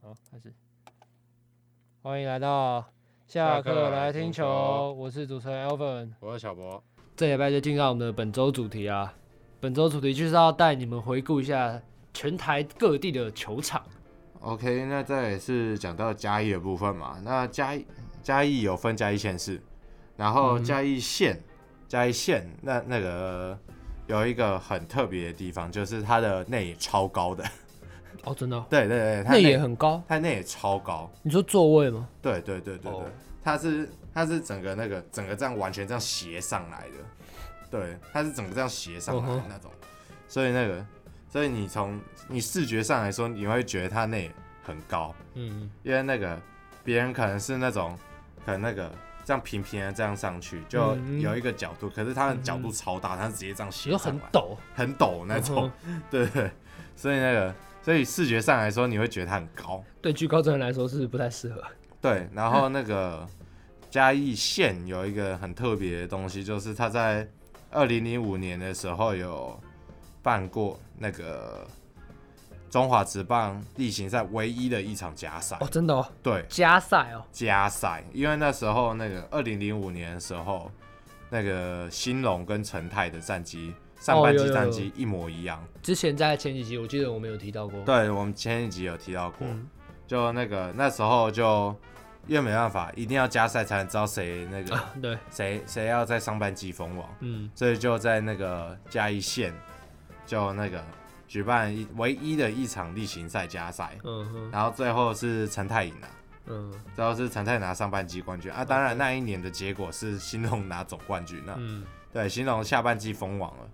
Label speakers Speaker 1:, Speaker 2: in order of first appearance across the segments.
Speaker 1: 好，
Speaker 2: 开始。欢迎来到下课来听
Speaker 1: 下课来听
Speaker 2: 球，我是主持人 Alvin。
Speaker 1: 我是小博。
Speaker 2: 这礼拜就进到我们的本周主题啊。本周主题就是要带你们回顾一下全台各地的球场。
Speaker 1: OK，那再也是讲到嘉义的部分嘛。那嘉义嘉义有分嘉义县市，然后嘉义县、嘉义县那那个有一个很特别的地方，就是它的内野超高的。
Speaker 2: 哦，真的哦、
Speaker 1: 对对对，它
Speaker 2: 那也很高。
Speaker 1: 它内野超高。
Speaker 2: 你说座位吗？
Speaker 1: 对对对对对，
Speaker 2: 哦
Speaker 1: 它是它是整个那个整个这样完全这样斜上来的，对，它是整个这样斜上来
Speaker 2: 嗯
Speaker 1: 的
Speaker 2: 哼
Speaker 1: 那种，所以那个所以你从你视觉上来说，你会觉得它那很高，
Speaker 2: 嗯，
Speaker 1: 因为那个别人可能是那种可能那个这样平平的这样上去，就
Speaker 2: 嗯
Speaker 1: 有一个角度，可是它的角度超大，它是直接这样
Speaker 2: 你
Speaker 1: 斜
Speaker 2: 说
Speaker 1: 上
Speaker 2: 很
Speaker 1: 来，
Speaker 2: 陡，嗯哦
Speaker 1: 很陡那种， 对对，所以那个所以视觉上来说，你会觉得它很高，
Speaker 2: 对居高症来说是不太适合。
Speaker 1: 对，然后那个嘉义县有一个很特别的东西，就是他在二零零五年的时候有办过那个中华职棒例行赛唯一的一场加赛，
Speaker 2: 哦，真的哦，
Speaker 1: 对，
Speaker 2: 加赛哦，
Speaker 1: 加赛，因为那时候那个二零零五年的时候，那个兴隆跟陈泰的战绩。上半
Speaker 2: 有
Speaker 1: 季
Speaker 2: 有
Speaker 1: 战
Speaker 2: 哦有
Speaker 1: 绩一模一样，
Speaker 2: 之前在前几集我记得我们有提到过。
Speaker 1: 对我们前一集有提到过，
Speaker 2: 嗯，
Speaker 1: 就那个那时候就因为没办法，一定要加赛才能知道谁那 个
Speaker 2: 啊，对，
Speaker 1: 谁谁要在上半季封王，
Speaker 2: 嗯，
Speaker 1: 所以就在那个嘉义县，就那个举办一唯一的一场例行赛加赛，
Speaker 2: 嗯哼，
Speaker 1: 然后最后是陈泰赢了，
Speaker 2: 嗯
Speaker 1: 最后是陈泰拿上半季冠军啊。当然那一年的结果是兴隆拿总冠军了、
Speaker 2: 嗯，
Speaker 1: 对，兴隆下半季封王了，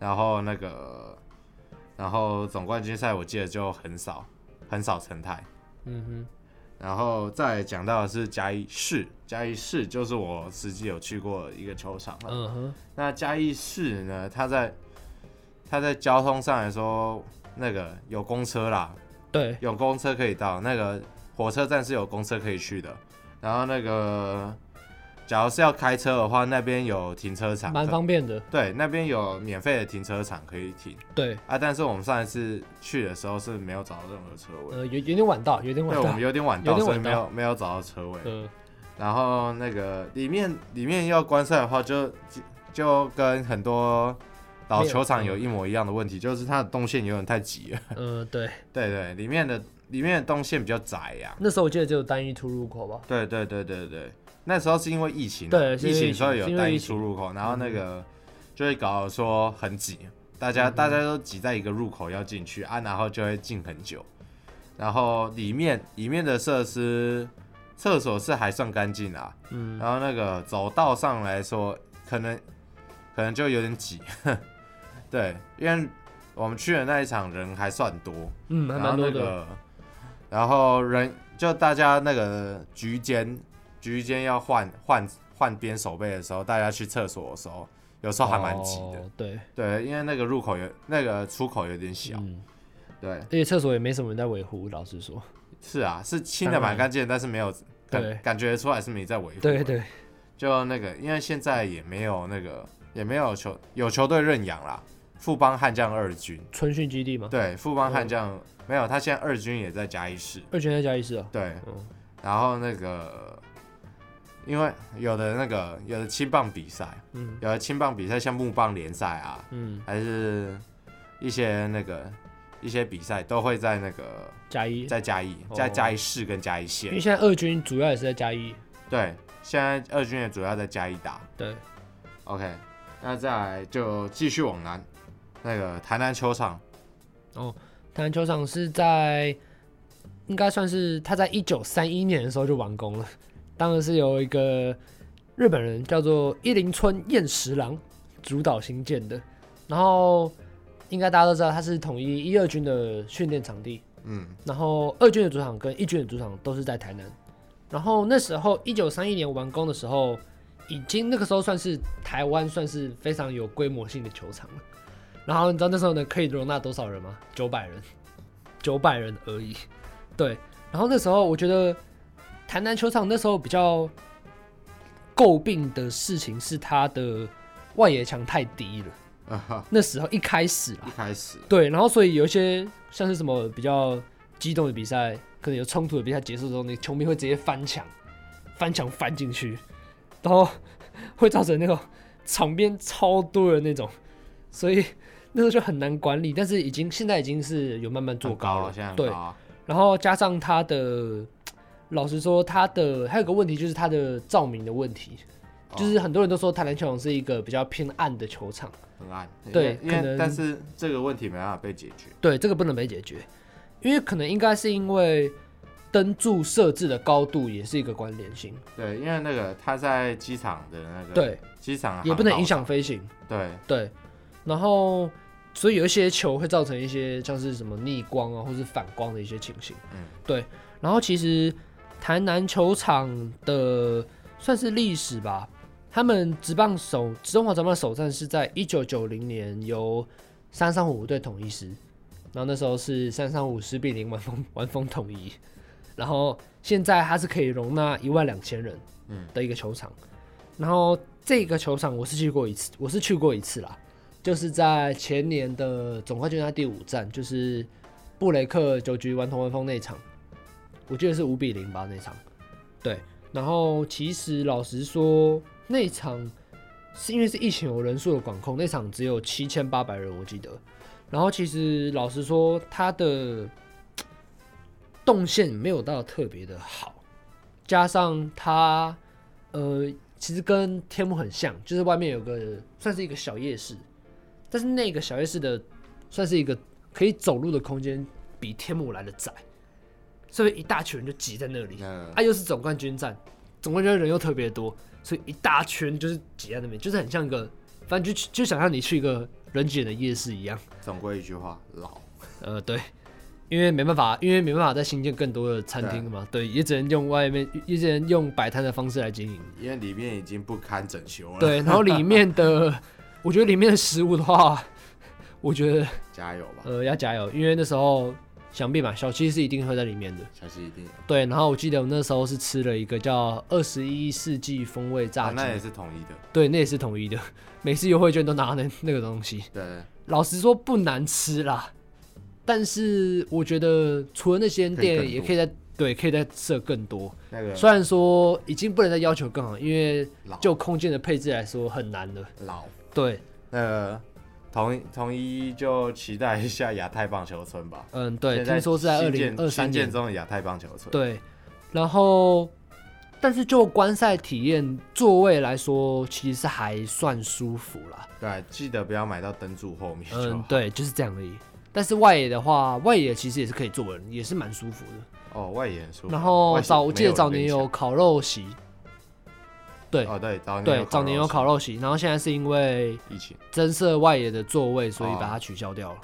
Speaker 1: 然后那个然后总冠军赛我记得就很少很少陈泰。
Speaker 2: 嗯哼，
Speaker 1: 然后再讲到的是嘉义市，嘉义市就是我实际有去过一个球场了。
Speaker 2: 嗯哼，
Speaker 1: 那嘉义市呢，它在它在交通上来说，那个有公车啦，
Speaker 2: 对，
Speaker 1: 有公车可以到，那个火车站是有公车可以去的。然后那个，假如是要开车的话，那边有停车场，
Speaker 2: 蛮方便的。
Speaker 1: 对，那边有免费的停车场可以停
Speaker 2: 对，
Speaker 1: 啊。但是我们上一次去的时候是没有找到任何车位，
Speaker 2: 呃，有有点晚到，有点晚
Speaker 1: 对，我
Speaker 2: 到
Speaker 1: 们。有点晚到，
Speaker 2: 有点
Speaker 1: 所以
Speaker 2: 晚
Speaker 1: 没
Speaker 2: 到
Speaker 1: 有没有找到车位。
Speaker 2: 嗯，
Speaker 1: 然后那个里面里面要观赛的话就，就跟很多老球场有一模一样的问题，就是它的动线有点太挤了。
Speaker 2: 呃，对，
Speaker 1: 对对，里面的里面的动线比较窄啊呀、
Speaker 2: 那时候我记得只有单一出入口吧。
Speaker 1: 对对对对对，那时候是因为疫情啊、
Speaker 2: 对是
Speaker 1: 疫
Speaker 2: 因为
Speaker 1: 情时候
Speaker 2: 疫情
Speaker 1: 有
Speaker 2: 是因为
Speaker 1: 单一
Speaker 2: 疫情嗯
Speaker 1: 出入口，然后那个就会搞得说很挤，大家、大家都挤在一个入口要进去啊，然后就会进很久。然后里面里面的设施，厕所是还算干净啊，
Speaker 2: 嗯，
Speaker 1: 然后那个走道上来说，可能可能就有点挤， 对，因为我们去的那一场人还算多，
Speaker 2: 嗯，还
Speaker 1: 然
Speaker 2: 蛮
Speaker 1: 后
Speaker 2: 多
Speaker 1: 那
Speaker 2: 的。
Speaker 1: 个，然后人就大家那个局间局间要换换换边手背的时候，大家去厕所的时候，有时候还蛮挤的，
Speaker 2: 哦对，
Speaker 1: 对，因为那个入口有那个出口有点小，
Speaker 2: 嗯，
Speaker 1: 对，
Speaker 2: 而且厕所也没什么人在维护，老实说。
Speaker 1: 是啊，是清的
Speaker 2: 当然
Speaker 1: 蛮干净的，但是没有
Speaker 2: 对
Speaker 1: 感感觉出来是没在维护，
Speaker 2: 对对，
Speaker 1: 就那个，因为现在也没有那个，也没有球有球队认养啦，富邦悍将二军，
Speaker 2: 春训基地嘛。
Speaker 1: 对，富邦悍将、没有，他现在二军也在嘉义市，
Speaker 2: 二泉在嘉义市啊。
Speaker 1: 对，
Speaker 2: 嗯
Speaker 1: 然后那个，因为有的那个有的青棒比赛，
Speaker 2: 嗯
Speaker 1: 有的青棒比赛像木棒联赛啊，
Speaker 2: 嗯，
Speaker 1: 还是一些那个一些比赛都会在那个
Speaker 2: 嘉义。
Speaker 1: 在嘉义，
Speaker 2: 哦
Speaker 1: 在嘉义市跟嘉义
Speaker 2: 因为
Speaker 1: 县，
Speaker 2: 现在二军主要也是在嘉义。
Speaker 1: 对，现在二军也主要在嘉义打。
Speaker 2: 对，
Speaker 1: OK，那再来就继续往南，那个台南球场，
Speaker 2: 台球场是在，应该算是他在一九三一年的时候就完工了。当然是由一个日本人叫做伊林村彦十郎主导兴建的。然后应该大家都知道，它是统一一二军的训练场地。
Speaker 1: 嗯，
Speaker 2: 然后二军的主场跟一军的主场都是在台南。然后那时候一九三一年完工的时候，已经那个时候算是台湾算是非常有规模性的球场了。然后你知道那时候呢可以容纳多少人吗？九百人，九百人而已。对，然后那时候我觉得台南球场那时候比较诟病的事情是它的外野墙太低了。那时候一开始啊
Speaker 1: 一，开始，
Speaker 2: 对，然后所以有一些像是什么比较激动的比赛，可能有冲突的比赛结束之后，你球迷会直接翻墙，翻墙翻进去，然后会造成那种场边超多人那种，所以那时候就很难管理。但是已经现在已经是有慢慢做
Speaker 1: 很高
Speaker 2: 了，
Speaker 1: 了，现在很
Speaker 2: 对
Speaker 1: 高，啊，
Speaker 2: 然后加上它的，老实说，它的还有个问题就是它的照明的问题，
Speaker 1: 哦
Speaker 2: 就是很多人都说台南球场是一个比较偏暗的球场，
Speaker 1: 很暗。
Speaker 2: 对
Speaker 1: 因为因
Speaker 2: 可
Speaker 1: 为
Speaker 2: 能
Speaker 1: 但是这个问题没办法被解决。
Speaker 2: 对，这个不能被解决，因为可能应该是因为灯柱设置的高度也是一个关联性，
Speaker 1: 对，因为那个他在机场的那个，，
Speaker 2: 对，
Speaker 1: 机场
Speaker 2: 也不能
Speaker 1: 航道
Speaker 2: 影。响飞行，
Speaker 1: 对，
Speaker 2: 对，然后所以有一些球会造成一些像是什么逆光啊，或是反光的一些情形。
Speaker 1: 嗯，
Speaker 2: 对。然后其实台南球场的算是历史吧，他们职棒首中华职棒首战是在一九九零年由三三五队统一师，然后那时候是三三五十比零完封完封统一，然后现在它是可以容纳一万两千人
Speaker 1: 嗯
Speaker 2: 的一个球场，然后这个球场我是去过一次，我是去过一次啦，就是在前年的总冠军赛第五战，就是布雷克九局完同完封那一场，我记得是五比零吧那场，对，然后其实老实说那一场是因为是疫情有人数的管控，那场只有七千八百人我记得，然后其实老实说它的嗯动线没有到特别的好，加上它呃其实跟天幕很像，就是外面有个算是一个小夜市，但是那个小夜市的算是一个可以走路的空间比天幕来的窄，所以一大群人就挤在那里。
Speaker 1: 那
Speaker 2: 啊，又是总冠军战，总冠军战人又特别多，所以一大圈就是挤在那边，就是很像一个，反正就就想让你去一个人挤人的夜市一样。
Speaker 1: 总归一句话，老。
Speaker 2: 呃，对，因为没办法，因为没办法再新建更多的餐
Speaker 1: 对啊
Speaker 2: 厅嘛，对，也只能用外面，也只能用摆摊的方式来经营。
Speaker 1: 因为里面已经不堪整修了。，
Speaker 2: 对，然后里面的， 我觉得里面的食物的话，我觉得
Speaker 1: 加油吧，
Speaker 2: 呃要加油，因为那时候想必嘛，小七是一定会在里面的。
Speaker 1: 下次一定有。
Speaker 2: 对，然后我记得我那时候是吃了一个叫二十一世纪风味炸
Speaker 1: 啊，
Speaker 2: 鸡、
Speaker 1: 那也是统一的。
Speaker 2: 对，那也是统一的， 每次优惠券都拿那那个东西。
Speaker 1: 对，
Speaker 2: 老实说不难吃啦，但是我觉得除了那些
Speaker 1: 可以更
Speaker 2: 店，
Speaker 1: 多啊
Speaker 2: 也可以再对，可以再设更多。
Speaker 1: 那个
Speaker 2: 虽然说已经不能再要求更好，因为
Speaker 1: 老
Speaker 2: 就空间的配置来说很难了。
Speaker 1: 老
Speaker 2: 对，
Speaker 1: 那个统一统一就期待一下亚太棒球村吧。
Speaker 2: 嗯，对，
Speaker 1: 现在
Speaker 2: 听说是在二
Speaker 1: 新
Speaker 2: 零
Speaker 1: 建
Speaker 2: 二三
Speaker 1: 新
Speaker 2: 年
Speaker 1: 建，中的亚太棒球村。
Speaker 2: 对，然后但是就观赛体验座位来说，其实还算舒服啦。
Speaker 1: 对，啊记得不要买到灯柱后面就
Speaker 2: 嗯
Speaker 1: 好，。
Speaker 2: 对，就是这样而已。但是外野的话，外野其实也是可以坐人，也是蛮舒服的。
Speaker 1: 哦，外野很舒服。
Speaker 2: 然后
Speaker 1: 外野
Speaker 2: 早
Speaker 1: 没
Speaker 2: 我记得
Speaker 1: 人
Speaker 2: 早
Speaker 1: 跟
Speaker 2: 年
Speaker 1: 你
Speaker 2: 有
Speaker 1: 抢
Speaker 2: 烤肉席，对
Speaker 1: 哦，对，早年
Speaker 2: 对，早年有烤
Speaker 1: 肉
Speaker 2: 肉席，然后现在是因为
Speaker 1: 席疫情。
Speaker 2: 增设外野的座位，所以
Speaker 1: 啊
Speaker 2: 把它取消掉了。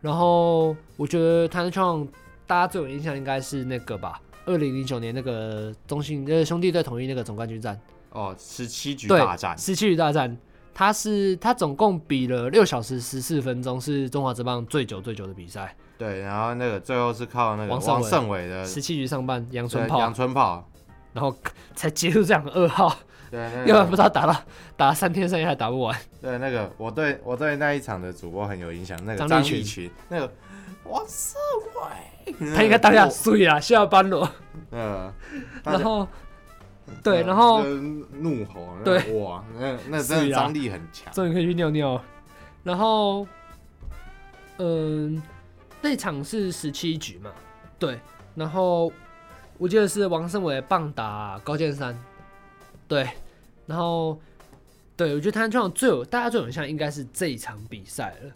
Speaker 2: 然后我觉得台南创大家最有印象应该是那个吧，二零零九年那个中信呃兄弟队统一那个总冠军战，
Speaker 1: 哦，十七局
Speaker 2: 对
Speaker 1: 大战，
Speaker 2: 十七局大战。它是它总共比了六小时十四分钟，是中华职棒最久最久的比赛。
Speaker 1: 对，然后那个最后是靠那个
Speaker 2: 王胜伟
Speaker 1: 王胜伟的
Speaker 2: 十七局上半，阳春
Speaker 1: 呃对
Speaker 2: 炮，
Speaker 1: 阳春炮，
Speaker 2: 然后才结束这样的噩耗，
Speaker 1: 对，
Speaker 2: 要不
Speaker 1: 那个
Speaker 2: 然不知道打到打了三天三夜还打不完。
Speaker 1: 对，那个我对我对那一场的主播很有影响，那个
Speaker 2: 张
Speaker 1: 张
Speaker 2: 立群
Speaker 1: 立群，那个哇塞，喂，
Speaker 2: 他应该当下碎啊，下班了，
Speaker 1: 呃，大家
Speaker 2: 然后对，
Speaker 1: 嗯
Speaker 2: 然后
Speaker 1: 就是怒吼，那
Speaker 2: 对
Speaker 1: 哇，那那真
Speaker 2: 是
Speaker 1: 的
Speaker 2: 啊
Speaker 1: 张力很强，
Speaker 2: 终于可以去尿尿了，然后嗯，那场是十七局嘛，对，然后我记得是王胜伟棒打高建山，对，然后对我觉得台湾场最有大家最有印象应该是这一场比赛了。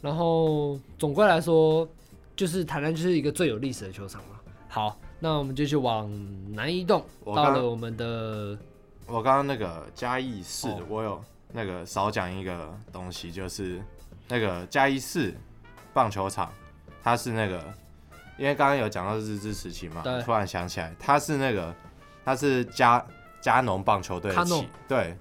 Speaker 2: 然后总归来说，就是台南就是一个最有历史的球场嘛。好，那我们就去往南移动，
Speaker 1: 我
Speaker 2: 到
Speaker 1: 刚
Speaker 2: 了我们的
Speaker 1: 我刚刚那个嘉义市
Speaker 2: 哦，
Speaker 1: 我有那个少讲一个东西，就是那个嘉义市棒球场，它是那个，因为刚刚有讲到日治时期嘛
Speaker 2: 对，
Speaker 1: 突然想起来，它是那个，它是加加农棒球队
Speaker 2: 加
Speaker 1: 的
Speaker 2: 农
Speaker 1: 起，对，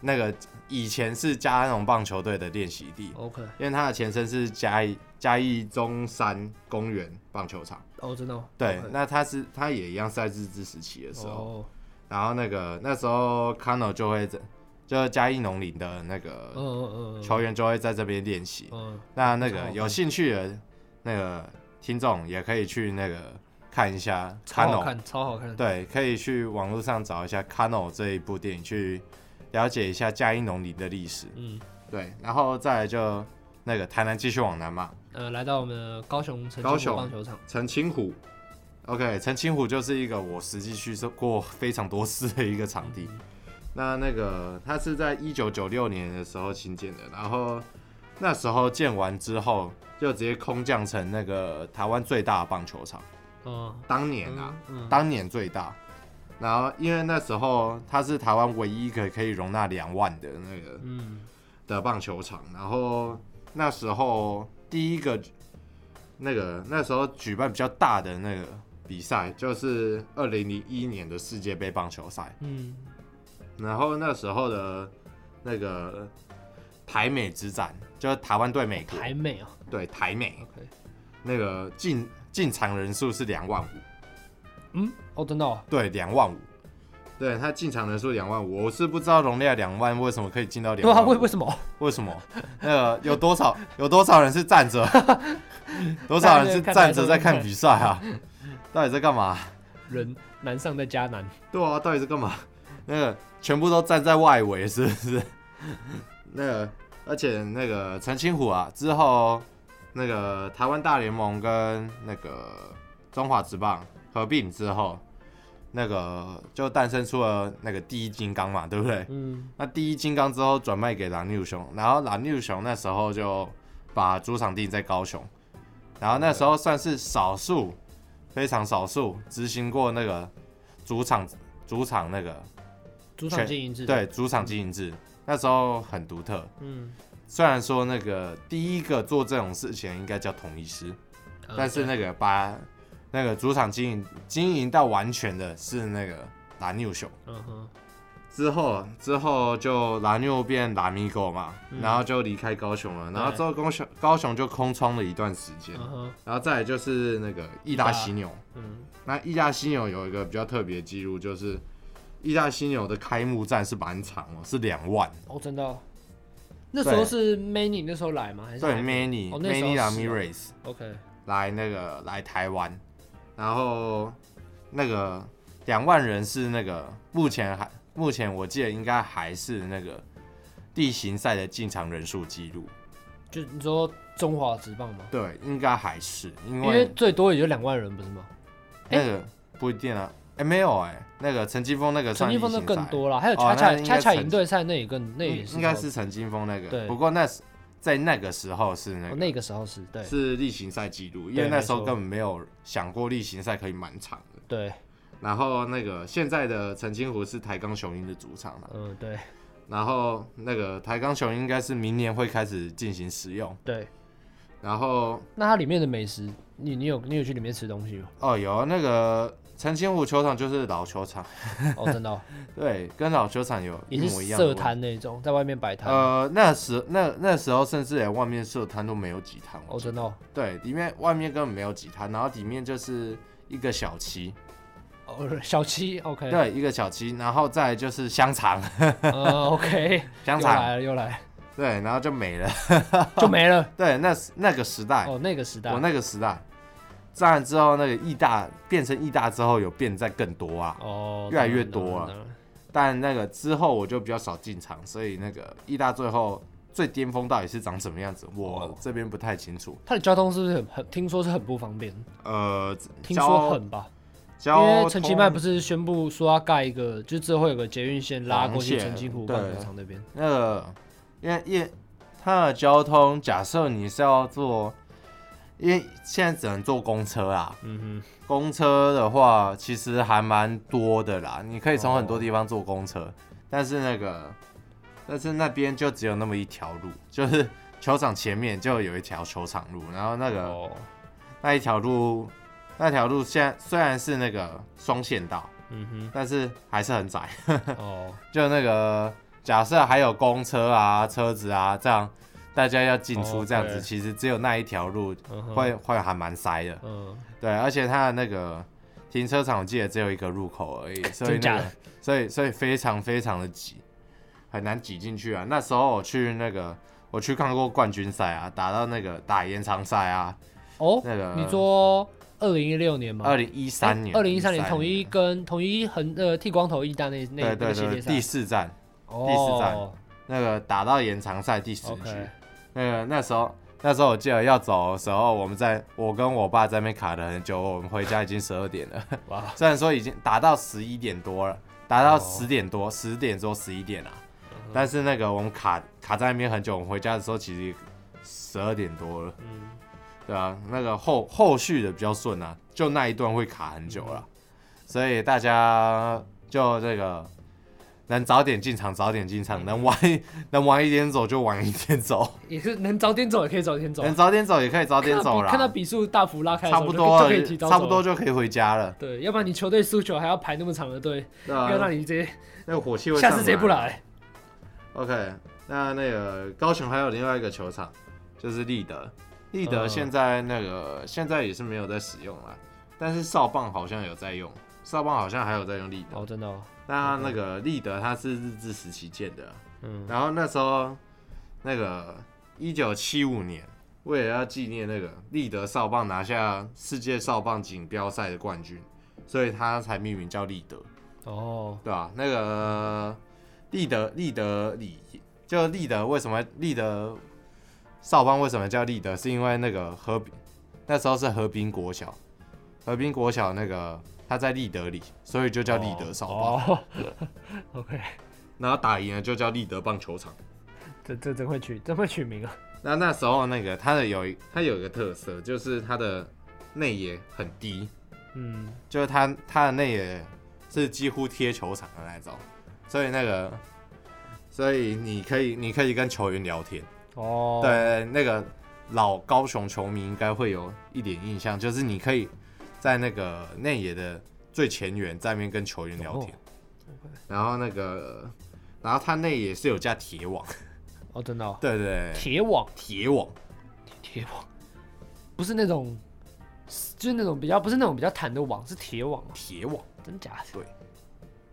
Speaker 1: 那个以前是加农棒球队的练习地，
Speaker 2: OK，
Speaker 1: 因为它的前身是嘉义嘉义中山公园棒球场，
Speaker 2: 哦，真的哦
Speaker 1: 对
Speaker 2: OK
Speaker 1: 那它是它也一样是在日治时期的时候。
Speaker 2: 哦，
Speaker 1: 然后那个那时候 Cano 就会在，就是嘉义农林的那
Speaker 2: 嗯
Speaker 1: 个
Speaker 2: 嗯嗯嗯
Speaker 1: 球员就会在这边练习。
Speaker 2: 嗯，
Speaker 1: 那那
Speaker 2: 超好
Speaker 1: 个
Speaker 2: 看
Speaker 1: 有兴趣的那个听众也可以去那个看一下
Speaker 2: 超好
Speaker 1: Cano，
Speaker 2: 看，超好看。
Speaker 1: 对，可以去网络上找一下 Cano 这一部电影，去了解一下嘉义农林的历史。
Speaker 2: 嗯，
Speaker 1: 对，然后再来就那个台南继续往南嘛，
Speaker 2: 呃，来到我们的高雄城
Speaker 1: 高
Speaker 2: 际
Speaker 1: 雄
Speaker 2: 棒球场，
Speaker 1: 澄清湖。OK，澄清湖就是一个我实际去过非常多次的一个场地。那那个它是在一九九六年的时候新建的，然后那时候建完之后就直接空降成那个台湾最大的棒球场。
Speaker 2: 嗯，
Speaker 1: 当年啊，
Speaker 2: 嗯，
Speaker 1: 当年最大。然后因为那时候它是台湾唯一一个可以容纳两万的那个
Speaker 2: 嗯，
Speaker 1: 的棒球场，然后那时候第一个那个那时候举办比较大的那个比赛就是二零零一年的世界杯棒球赛，
Speaker 2: 嗯，
Speaker 1: 然后那时候的那个台美之战就是台湾对美国，
Speaker 2: 台美哦
Speaker 1: 对台美
Speaker 2: ，OK，
Speaker 1: 那个进进场人数是两万五。
Speaker 2: 嗯，哦，真的哦，
Speaker 1: 对，两万五。对他进场人数两万五，我是不知道容量两万为什么可以进到两
Speaker 2: 对啊，
Speaker 1: 万五。
Speaker 2: 为为什 么？
Speaker 1: 为什么？那个有多少 有多少人是站着，多少人是站着在看比赛啊？到底在干嘛？
Speaker 2: 人难上再加难，
Speaker 1: 对啊，到底是干嘛？那个全部都站在外围，是不是？ 那个，而且那个陈清虎啊，之后那个台湾大联盟跟那个中华职棒合并之后，那个就诞生出了那个第一金刚嘛，对不对？
Speaker 2: 嗯，
Speaker 1: 那第一金刚之后转卖给蓝六熊，然后蓝六熊那时候就把主场地在高雄，然后那时候算是少数，非常少数执行过那个主场主场那个
Speaker 2: 主场
Speaker 1: 全
Speaker 2: 经营制，，
Speaker 1: 对主场经营制，那时候很独特。
Speaker 2: 嗯，
Speaker 1: 虽然说那个第一个做这种事情应该叫统一师，
Speaker 2: 呃
Speaker 1: 但是
Speaker 2: 对
Speaker 1: 那个把那个主场经营经营到完全的是那个蓝六熊。
Speaker 2: 嗯哼，
Speaker 1: 之后之后就蓝牛变蓝米狗嘛，
Speaker 2: 嗯
Speaker 1: 然后就离开高雄了，
Speaker 2: 对
Speaker 1: 然后之后高雄高雄就空窗了一段时间，
Speaker 2: 嗯哼，
Speaker 1: 然后再来就是那个义大犀牛，
Speaker 2: 嗯，
Speaker 1: 那义大犀牛有一个比较特别的记录，就是义大犀牛的开幕战是蛮长哦，是两万，
Speaker 2: 哦，真的哦，那时候是 Many 那时候来吗？还是
Speaker 1: 对
Speaker 2: 还没
Speaker 1: ，Many
Speaker 2: 哦那时候
Speaker 1: Many
Speaker 2: 是哦
Speaker 1: Ramirez
Speaker 2: OK，
Speaker 1: 来那个来台湾，然后那个两万人是那个目前还目前我记得应该还是那个地形赛的进场人数记录，
Speaker 2: 就你说中华职棒吗？
Speaker 1: 对，应该还是因
Speaker 2: 因为
Speaker 1: 为
Speaker 2: 最多也就两万人，不是吗？
Speaker 1: 那个不一定啊，哎、没有哎、那个陈金峰那个
Speaker 2: 陈
Speaker 1: 算
Speaker 2: 金峰
Speaker 1: 地
Speaker 2: 的
Speaker 1: 形赛
Speaker 2: 更，多了，还有
Speaker 1: 哦
Speaker 2: 恰恰
Speaker 1: 那应该
Speaker 2: 恰恰
Speaker 1: 陈
Speaker 2: 营队赛那也更那也
Speaker 1: 应
Speaker 2: 是
Speaker 1: 应该
Speaker 2: 超
Speaker 1: 是陈金峰那个，
Speaker 2: 对
Speaker 1: 不过那时在那个时候是那
Speaker 2: 哦
Speaker 1: 个、
Speaker 2: 那个时候是对
Speaker 1: 是例行赛记录，因为
Speaker 2: 对
Speaker 1: 那
Speaker 2: 没
Speaker 1: 时候
Speaker 2: 错
Speaker 1: 根本没有想过例行赛可以蛮长的。
Speaker 2: 对，
Speaker 1: 然后那个现在的陈金湖是台钢雄鹰的主场嘛，
Speaker 2: 嗯对
Speaker 1: 然后那个台钢雄鹰应该是明年会开始进行使用，
Speaker 2: 对。
Speaker 1: 然后
Speaker 2: 那它里面的美食，你你有你有去里面吃东西吗？
Speaker 1: 哦有那个陈金湖球场就是老球场，
Speaker 2: 哦，真的哦，
Speaker 1: 对，跟老球场有一
Speaker 2: 也
Speaker 1: 模
Speaker 2: 是
Speaker 1: 一样的
Speaker 2: 色
Speaker 1: 问题。
Speaker 2: 摊那种，在外面摆摊。
Speaker 1: 呃，那时那那时候甚至连外面设摊都没有几摊，
Speaker 2: 哦，真的哦，
Speaker 1: 对，里面外面根本没有几摊，然后里面就是一个小七，
Speaker 2: 哦小七 OK，
Speaker 1: 对，一个小七，然后再来就是香肠，
Speaker 2: 呃 OK，
Speaker 1: 香
Speaker 2: 又
Speaker 1: 肠，
Speaker 2: 来了又来了，
Speaker 1: 对，然后就没了，
Speaker 2: 就没了。
Speaker 1: 对，那时那个时代，
Speaker 2: 哦，那个时代
Speaker 1: 哎我那个时代，当然之后那个义大变成义大之后有变再更多啊，
Speaker 2: 哦，
Speaker 1: 越来
Speaker 2: 当
Speaker 1: 越
Speaker 2: 然
Speaker 1: 多
Speaker 2: 当
Speaker 1: 了
Speaker 2: 然当然
Speaker 1: 但那个之后我就比较少进场，所以那个义大最后最巅峰到底是长什么样子，我
Speaker 2: 哦
Speaker 1: 这边不太清楚。
Speaker 2: 它的交通是不是很很？听说是很不方便，
Speaker 1: 呃，
Speaker 2: 听
Speaker 1: 交
Speaker 2: 说很吧？因
Speaker 1: 交
Speaker 2: 为陈其迈
Speaker 1: 通
Speaker 2: 不是宣布说要盖一个，就之后有个捷运线拉过去
Speaker 1: 黄线
Speaker 2: 陈金湖
Speaker 1: 对
Speaker 2: 棒球场那边。
Speaker 1: 那个，因为因为它的交通，假设你是要坐，因为现在只能坐公车啊。
Speaker 2: 嗯
Speaker 1: 公车的话，其实还蛮多的啦，你可以从很多
Speaker 2: 哦
Speaker 1: 地方坐公车，但是那个，但是那边就只有那么一条路，就是球场前面就有一条球场路，然后那
Speaker 2: 哼，
Speaker 1: 个、
Speaker 2: 哦，
Speaker 1: 那一条路，那条路现在虽然是那个双线道，
Speaker 2: 嗯
Speaker 1: 但是还是很窄。
Speaker 2: 哼，哦，
Speaker 1: 就那个假设还有公车啊、车子啊这样，大家要进出
Speaker 2: 哦
Speaker 1: 这样子，
Speaker 2: 对
Speaker 1: 其实只有那一条路
Speaker 2: 嗯哼，
Speaker 1: 会、会还蛮塞的。
Speaker 2: 嗯，
Speaker 1: 对，而且它的那个停车场我记得只有一个入口 而已，所以
Speaker 2: 真
Speaker 1: 那
Speaker 2: 假
Speaker 1: 个
Speaker 2: 的
Speaker 1: 所以所以非常非常的挤，很难挤进去啊。那时候我去那个我去看过冠军赛啊，打到那个打延长赛啊，
Speaker 2: 哦，
Speaker 1: 那个
Speaker 2: 你说二零一六年嘛，
Speaker 1: 二零一三年，
Speaker 2: 二零一三年
Speaker 1: 13
Speaker 2: 统一跟统一横呃剃光头一大那那
Speaker 1: 对
Speaker 2: 那
Speaker 1: 对
Speaker 2: 个系
Speaker 1: 对
Speaker 2: 列
Speaker 1: 第
Speaker 2: 赛，啊
Speaker 1: 四站
Speaker 2: 哦，
Speaker 1: 四站那个打到延长赛第十
Speaker 2: o
Speaker 1: 局
Speaker 2: k
Speaker 1: 那个那时候那时候我记得要走的时候，我们在我跟我爸在那边卡了很久，我们回家已经十二点了。
Speaker 2: 哇，
Speaker 1: 虽然说已经打到十一点多了，打到
Speaker 2: 哦嗯
Speaker 1: 十点多，十、点多十一点啊，但是那个我们卡卡在那边很久，我们回家的时候其实十二点多了，
Speaker 2: 嗯，
Speaker 1: 对啊，那个后后续的比较顺啊，就那一段会卡很久了，所以大家就这个能早点进场早点进
Speaker 2: 嗯
Speaker 1: 场，能晚 一能晚一点走就晚一点走，
Speaker 2: 也是能早点走也可以早点走，啊
Speaker 1: 能早点走也可以早点
Speaker 2: 看
Speaker 1: 走
Speaker 2: 到
Speaker 1: 啦，
Speaker 2: 比看到比数大幅拉开的时
Speaker 1: 差
Speaker 2: 候，
Speaker 1: 不
Speaker 2: 就
Speaker 1: 多
Speaker 2: 就可以
Speaker 1: 了
Speaker 2: 提早
Speaker 1: 差不
Speaker 2: 走
Speaker 1: 多
Speaker 2: 了。
Speaker 1: 就可以回家了，
Speaker 2: 对，要不然你球队输球还要排那么长的队，
Speaker 1: 对
Speaker 2: 要
Speaker 1: 啊
Speaker 2: 让，你直接
Speaker 1: 那个火气会
Speaker 2: 下
Speaker 1: 上
Speaker 2: 次直接
Speaker 1: 来
Speaker 2: 不来。
Speaker 1: OK，那那个高雄还有另外一个球场，就是立德。立德
Speaker 2: 嗯
Speaker 1: 现在那个、现在也是没有在使用了，但是少棒好像有在用，少棒好像还有在用立德。
Speaker 2: 哦，真的、哦，
Speaker 1: 那那个立德它是日治时期建的，啊
Speaker 2: 嗯，
Speaker 1: 然后那时候那个一九七五年，为了要纪念那个立德少棒拿下世界少棒锦标赛的冠军，所以它才命名叫立德。
Speaker 2: 哦，
Speaker 1: 对啊，那个立德立德里，就立德为什么立德少邦为什么叫立德？是因为那个河滨那时候是河滨国小，河滨国小那个他在立德里，所以就叫立德少邦。
Speaker 2: 哦 OK，
Speaker 1: 然后打赢了就叫立德棒球场。
Speaker 2: 这这真会取，真会取名啊。
Speaker 1: 那那时候那个它的有一它有一个特色，就是它的内野很低，
Speaker 2: 嗯，
Speaker 1: 就是它它的内野是几乎贴球场的那种，所以那个所以你可以你可以跟球员聊天。
Speaker 2: 哦，，
Speaker 1: 对，那个老高雄球迷应该会有一点印象，就是你可以在那个内野的最前缘在那边跟球员聊天，然后那个，然后他内野是有架铁网，
Speaker 2: 哦，真的、哦，
Speaker 1: 对对对，
Speaker 2: 铁网，
Speaker 1: 铁网，
Speaker 2: 铁网，不是那种，就是那种比较，不是那种比较弹的网，是铁网哦，
Speaker 1: 铁网，
Speaker 2: 真假的？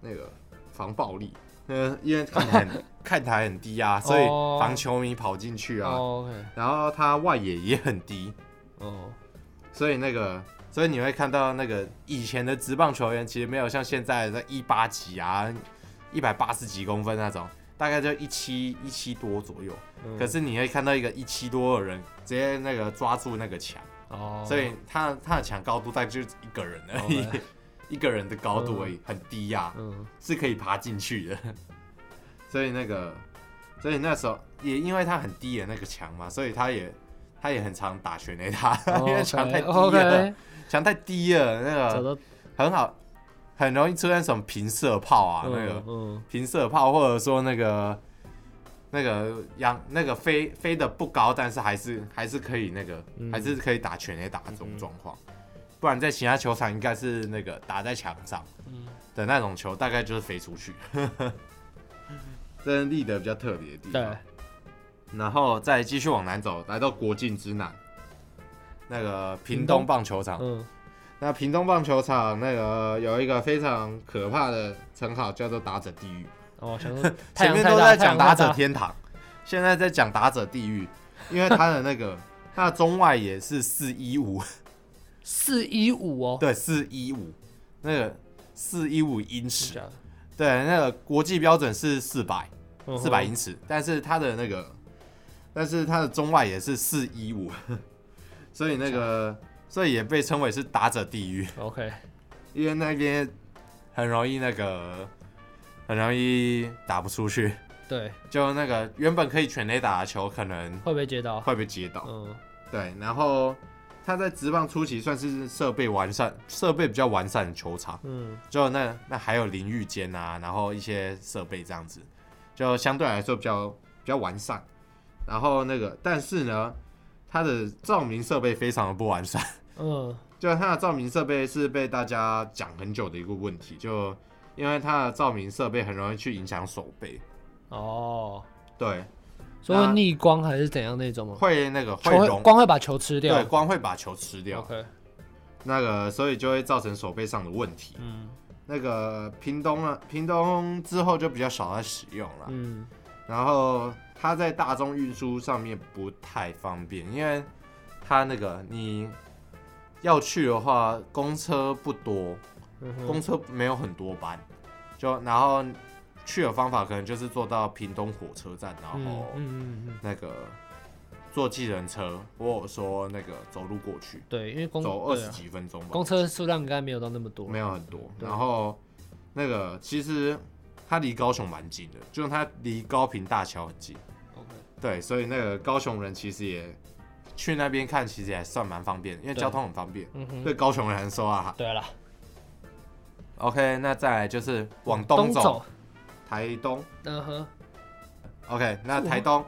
Speaker 1: 那个防暴力，呃，因为看台很 看台很低啊，所以
Speaker 2: 哦
Speaker 1: 防球迷跑进去啊，
Speaker 2: 哦，OK，
Speaker 1: 然后他外野也很低，
Speaker 2: 哦，
Speaker 1: 所以那个，所以你会看到那个以前的职棒球员其实没有像现在的一八几啊，一百八十几公分那种，大概就一七一七多左右。
Speaker 2: 嗯
Speaker 1: 可是你会看到一个一七多的人直接那个抓住那个墙，
Speaker 2: 哦，
Speaker 1: 所以他他的墙高度大概就是一个人而已，
Speaker 2: OK
Speaker 1: 一个人的高度而已，很低啊呀、
Speaker 2: 嗯，
Speaker 1: 是可以爬进去的。 所以那个，所以那时候也因为他很低的那个墙嘛，所以他也他也很常打全垒打， 因为墙太低了。
Speaker 2: 哦
Speaker 1: 啊
Speaker 2: ，OK，
Speaker 1: 墙太低了，那
Speaker 2: 找
Speaker 1: 个
Speaker 2: 到
Speaker 1: 很好，很容易出现什么平射炮啊，那个
Speaker 2: 嗯嗯，
Speaker 1: 平射炮，或者说那个那个扬那个飞飞的不高，但是还是还是可以那个、
Speaker 2: 嗯
Speaker 1: 还是可以打全垒打这种状况。不然在其他球场应该是那个打在墙上
Speaker 2: 嗯
Speaker 1: 的那种球，大概就是飞 出去。这是立德比较特别的地
Speaker 2: 对
Speaker 1: 方。，然后再继续往南走，来到国境之南，那个屏
Speaker 2: 屏
Speaker 1: 东
Speaker 2: 东
Speaker 1: 棒球场。
Speaker 2: 嗯，
Speaker 1: 那屏东棒球场那个有一个非常可怕的称号，叫做“打者地狱
Speaker 2: 哦，想说”。太
Speaker 1: 前
Speaker 2: 阳
Speaker 1: 面
Speaker 2: 太
Speaker 1: 都
Speaker 2: 大太
Speaker 1: 在讲
Speaker 2: 阳
Speaker 1: 打
Speaker 2: 太
Speaker 1: 者
Speaker 2: 大
Speaker 1: 天堂，现在在讲打者地狱，因为它的那个它的中外也是四一五，
Speaker 2: 四一五哦，
Speaker 1: 对，四一五，那个四一五英
Speaker 2: 真
Speaker 1: 尺，
Speaker 2: 假的
Speaker 1: 对，那个国际标准是四百
Speaker 2: 嗯
Speaker 1: 四百英尺，但是它的那个，但是它的中外也是四一五， 所以那个，所以也被称为是打者地狱。
Speaker 2: 哼嗯 OK，
Speaker 1: 因为那边很容易那个，很容易打不出去，
Speaker 2: 对，
Speaker 1: 就那个原本可以全垒打的球，可能
Speaker 2: 会不会接到？
Speaker 1: 会被接到。
Speaker 2: 嗯，
Speaker 1: 对，然后他在职棒初期算是设备完善、设备比较完善的球场，
Speaker 2: 嗯，
Speaker 1: 就那那还有淋浴间啊，然后一些设备这样子，就相对来说比较比较完善。然后那个，但是呢，它的照明设备非常的不完善。
Speaker 2: 嗯，
Speaker 1: 就它的照明设备是被大家讲很久的一个问题，就因为它的照明设备很容易去影响手背，
Speaker 2: 哦，
Speaker 1: 对，
Speaker 2: 所以逆光还是怎样那种吗？
Speaker 1: 会那个
Speaker 2: 球
Speaker 1: 会
Speaker 2: 会
Speaker 1: 融，
Speaker 2: 光会把球吃掉哦
Speaker 1: 对，。光会把球吃掉，
Speaker 2: OK，
Speaker 1: 那个所以就会造成手背上的问题。
Speaker 2: 嗯
Speaker 1: 那个屏东啊，屏东之后就比较少在使用了，
Speaker 2: 嗯，
Speaker 1: 然后它在大众运输上面不太方便，因为它那个你要去的话，公车不多，
Speaker 2: 嗯哼
Speaker 1: 公车没有很多班，就然后去的方法可能就是坐到屏东火车站，然
Speaker 2: 嗯
Speaker 1: 后
Speaker 2: 嗯嗯嗯，
Speaker 1: 那个坐计程车，或者说那个走路过去，
Speaker 2: 对，因为公
Speaker 1: 走二
Speaker 2: 对
Speaker 1: 十
Speaker 2: 啊
Speaker 1: 几分钟吧
Speaker 2: 公，车数量应该没有到那么多，
Speaker 1: 没有很多。
Speaker 2: 对
Speaker 1: 然后那个其实它离高雄蛮近的，就是它离高平大桥很近，
Speaker 2: OK，
Speaker 1: 对，所以那个高雄人其实也去那边看，其实也算蛮方便的，因为
Speaker 2: 对
Speaker 1: 交通很方便。
Speaker 2: 嗯哼，
Speaker 1: 对高雄人来说啊
Speaker 2: 对啦，
Speaker 1: ，OK，那再来就是往
Speaker 2: 东
Speaker 1: 东走，，台东。
Speaker 2: 嗯哼，
Speaker 1: OK，那
Speaker 2: 是吗
Speaker 1: 台东，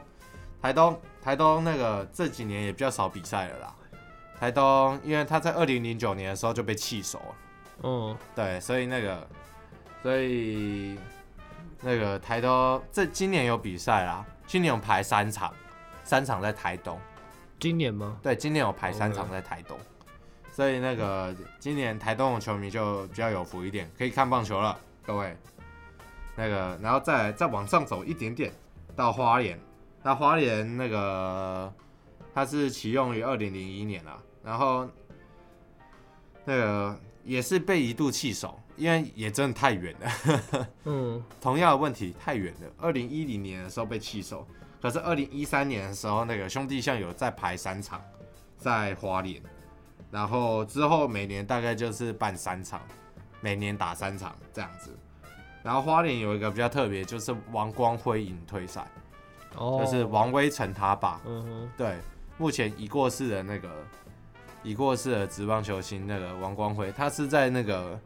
Speaker 1: 台东，台东那个这几年也比较少比赛了啦。台东，因为他在二零零九年的时候就被弃守了，
Speaker 2: 嗯，
Speaker 1: 对，所以那个，所以那个台东这今年有比赛啦，今年有排三场，三场在台东，
Speaker 2: 今年吗？
Speaker 1: 对，今年有排三场在台东，所以那个今年台东的球迷就比较有福一点，可以看棒球了，各位。那个，然后再来再往上走一点点，到花莲。那花莲那个它是启用于二零零一年啊，然后那个也是被一度弃守，因为也真的太远了。
Speaker 2: 嗯，
Speaker 1: 同样的问题太远了。二零一零年的时候被弃守，可是二零一三年的时候，那个兄弟象有再排三场，在花莲，然后之后每年大概就是办三场，每年打三场这样子。然后花莲有一个比较特别，就是王光辉引退赛，
Speaker 2: 哦，
Speaker 1: 就是，王威成他爸，
Speaker 2: 嗯哼，
Speaker 1: 对，目前已过世的那个已过世的职棒球星那个王光辉，他是在那个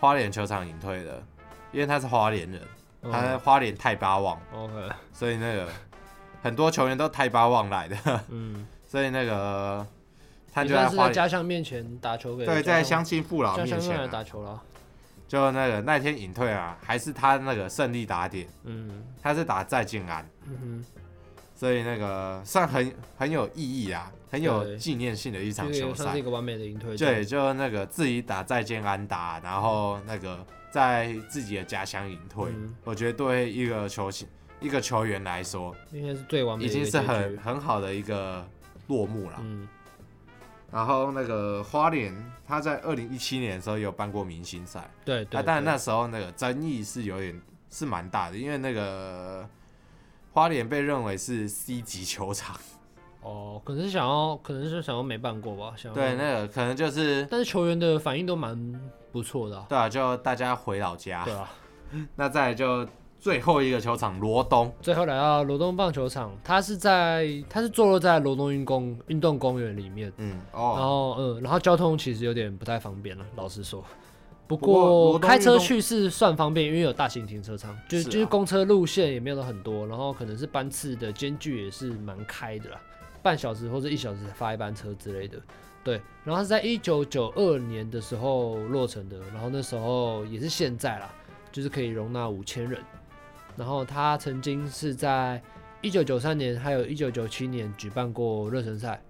Speaker 1: 花莲球场隐退的，因为他是花莲人。
Speaker 2: 嗯
Speaker 1: 他在花莲太巴望，
Speaker 2: OK，
Speaker 1: 所以那个很多球员都太巴望来的，
Speaker 2: 嗯，
Speaker 1: 所以那个他
Speaker 2: 也
Speaker 1: 就
Speaker 2: 算是
Speaker 1: 花
Speaker 2: 在
Speaker 1: 莲，
Speaker 2: 家乡面前打球给
Speaker 1: 对，在乡
Speaker 2: 乡
Speaker 1: 亲父老
Speaker 2: 家
Speaker 1: 面
Speaker 2: 乡
Speaker 1: 前
Speaker 2: 人
Speaker 1: 啊、
Speaker 2: 打球了，
Speaker 1: 就那个那天隐退啊，还是他那个胜利打点，
Speaker 2: 嗯
Speaker 1: 他是打再进安，
Speaker 2: 嗯
Speaker 1: 所以那个算很很有意义啊，很有
Speaker 2: 对
Speaker 1: 纪念性的一场
Speaker 2: 哼，这
Speaker 1: 球
Speaker 2: 个算是
Speaker 1: 赛
Speaker 2: 一，个完美的赢退战，
Speaker 1: 对，就那个自己打再见安打，然后那个在自己的家乡隐退，
Speaker 2: 嗯
Speaker 1: 我觉得对一个球星一个球员来说。
Speaker 2: 应该是最完美
Speaker 1: 已
Speaker 2: 的一
Speaker 1: 经
Speaker 2: 个
Speaker 1: 是
Speaker 2: 结
Speaker 1: 很
Speaker 2: 局，
Speaker 1: 很好的一个落幕了。
Speaker 2: 嗯，
Speaker 1: 然后那个花莲，他在二零一七年的时候有办过明星赛，
Speaker 2: 对
Speaker 1: 啊，
Speaker 2: 对，
Speaker 1: 当然
Speaker 2: 对
Speaker 1: 那时候那个争议是有点是蛮大的，因为那个花莲被认为是 C 级球场，
Speaker 2: 哦，可能是想要，可能是想要没办过吧，想要
Speaker 1: 对，那个可能就是
Speaker 2: 但是球员的反应都蛮不错的啊、
Speaker 1: 对啊，就大家回老家
Speaker 2: 对。啊。
Speaker 1: 那再来就最后一个球场罗东，
Speaker 2: 最后来到罗东棒球场，它是在它是坐落在罗东运公运动公园里面，
Speaker 1: 嗯
Speaker 2: 然
Speaker 1: 哦，
Speaker 2: 后嗯，然后交通其实有点不太方便了，老实说。不
Speaker 1: 不过罗
Speaker 2: 过
Speaker 1: 东
Speaker 2: 开车
Speaker 1: 运动
Speaker 2: 去是算方便，因为有大型停车场，就是
Speaker 1: 啊
Speaker 2: 就是公车路线也没有到很多，然后可能是班次的间距也是蛮开的啦，半小时或者一小时才发一班车之类的。对，然后是在一九九二年的时候落成的，然后那时候也是现在啦，就是可以容纳五千人。然后他曾经是在一九九三年还有一九九七年举办过热身赛，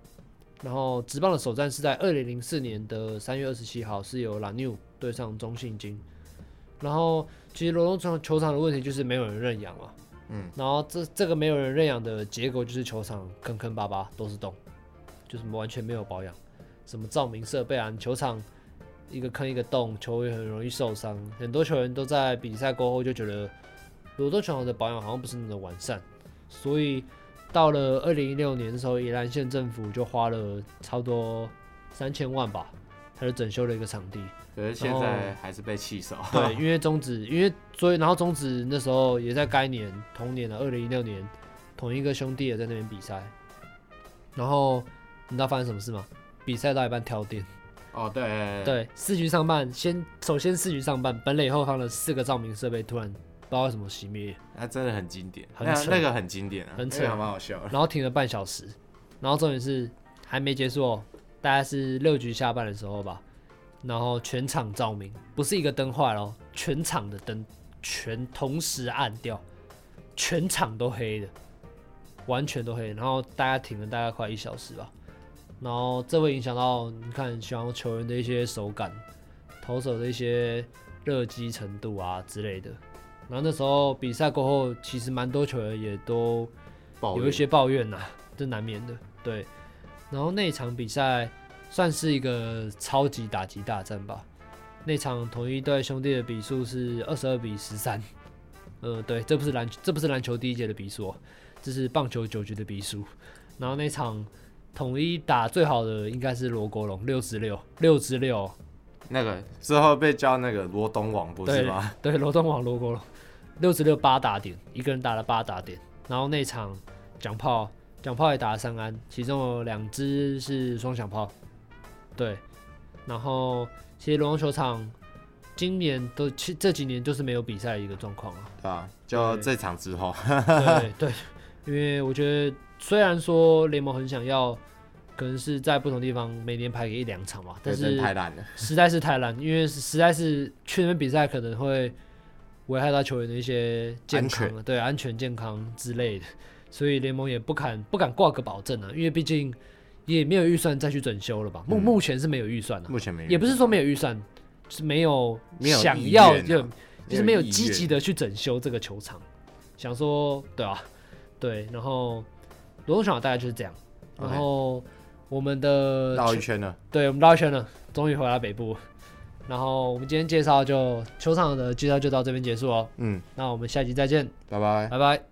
Speaker 2: 然后职棒的首战是在二零零四年的三月二十七号，是由 La New 对上中信金。然后其实罗东球球场的问题就是没有人认养嘛，
Speaker 1: 嗯，
Speaker 2: 然后这这个没有人认养的结果就是球场坑坑巴巴都是洞，就是完全没有保养，什么照明设备啊，你球场一个坑一个洞，球员很容易受伤。很多球员都在比赛过后就觉得罗东球场的保养好像不是那么的完善，所以到了二零一六年的时候，宜兰县政府就花了差不多三千万吧，他就整修了一个场地。
Speaker 1: 可是现在还是被弃守。
Speaker 2: 对，因为中指，因为所以然后中指那时候也在该年同年的啊二零一六年，同一个兄弟也在那边比赛，然后你知道发生什么事吗？比赛到一半跳电，
Speaker 1: 哦，对，
Speaker 2: 对，四局上半先首先四局上半，本垒后方的四个照明设备突然不知道为什么熄灭，
Speaker 1: 那真的很经典，
Speaker 2: 很
Speaker 1: 那
Speaker 2: 扯
Speaker 1: 那个很经典啊，
Speaker 2: 很扯
Speaker 1: 那个蛮好笑的。
Speaker 2: 然后停了半小时，然后重点是还没结束哦，大概是六局下半的时候吧，然后全场照明，不是一个灯坏了哦，全场的灯全同时暗掉，全场都黑的，完全都黑，然后大概停了大概快一小时吧，然后这会影响到你看想要球员的一些手感，投手的一些热机程度啊之类的。然后那时候比赛过后，其实蛮多球员也都
Speaker 1: 抱
Speaker 2: 有
Speaker 1: 怨
Speaker 2: 啊 一些抱怨呐、这难免的。对，然后那一场比赛，算是一个超级打击大战吧。那场统一队兄弟的比数是二十二比十三，呃，对，这不是篮这不是篮球第一节的比数、哦，这是棒球九局的比数。然后那场统一打最好的应该是罗国荣，六十六，六十六，
Speaker 1: 那个之后被叫那个罗东王不是吗？
Speaker 2: 对，罗东王罗国荣，六十六八打点，一个人打了八打点。然后那场蒋炮，蒋炮也打了三安，其中有两支是双响炮。对，然后其实龙王球场今年都其这几年就是没有比赛的一个状况啊。
Speaker 1: 对啊，就这场之后，
Speaker 2: 对对，因为我觉得虽然说联盟很想要，可能是在不同地方每年排个一两场嘛，但
Speaker 1: 对真
Speaker 2: 是
Speaker 1: 的太烂了。
Speaker 2: 实在是太烂，因为实在是去那边比赛可能会危害到球员的一些健康
Speaker 1: 安
Speaker 2: 啊，对安全健康之类的，所以联盟也不敢不敢挂个保证啊，因为毕竟也没有预算再去整修了吧，目、
Speaker 1: 嗯
Speaker 2: 目前是没有预算的、啊
Speaker 1: 目前没有，
Speaker 2: 也不是说没有预算，就是没有
Speaker 1: 没有
Speaker 2: 想
Speaker 1: 意
Speaker 2: 要
Speaker 1: 愿啊
Speaker 2: 就就是没有积极
Speaker 1: 的
Speaker 2: 的去整修这个球场，想说对啊，对，然后罗东小大概就是这样，然
Speaker 1: OK
Speaker 2: 后我们的
Speaker 1: 绕
Speaker 2: 球
Speaker 1: 一圈了。
Speaker 2: 对，我们绕一圈了，终于回到北部。然后我们今天介绍就球场的介绍就到这边结束哦，
Speaker 1: 嗯，
Speaker 2: 那我们下集再见，
Speaker 1: 拜拜。
Speaker 2: 拜拜。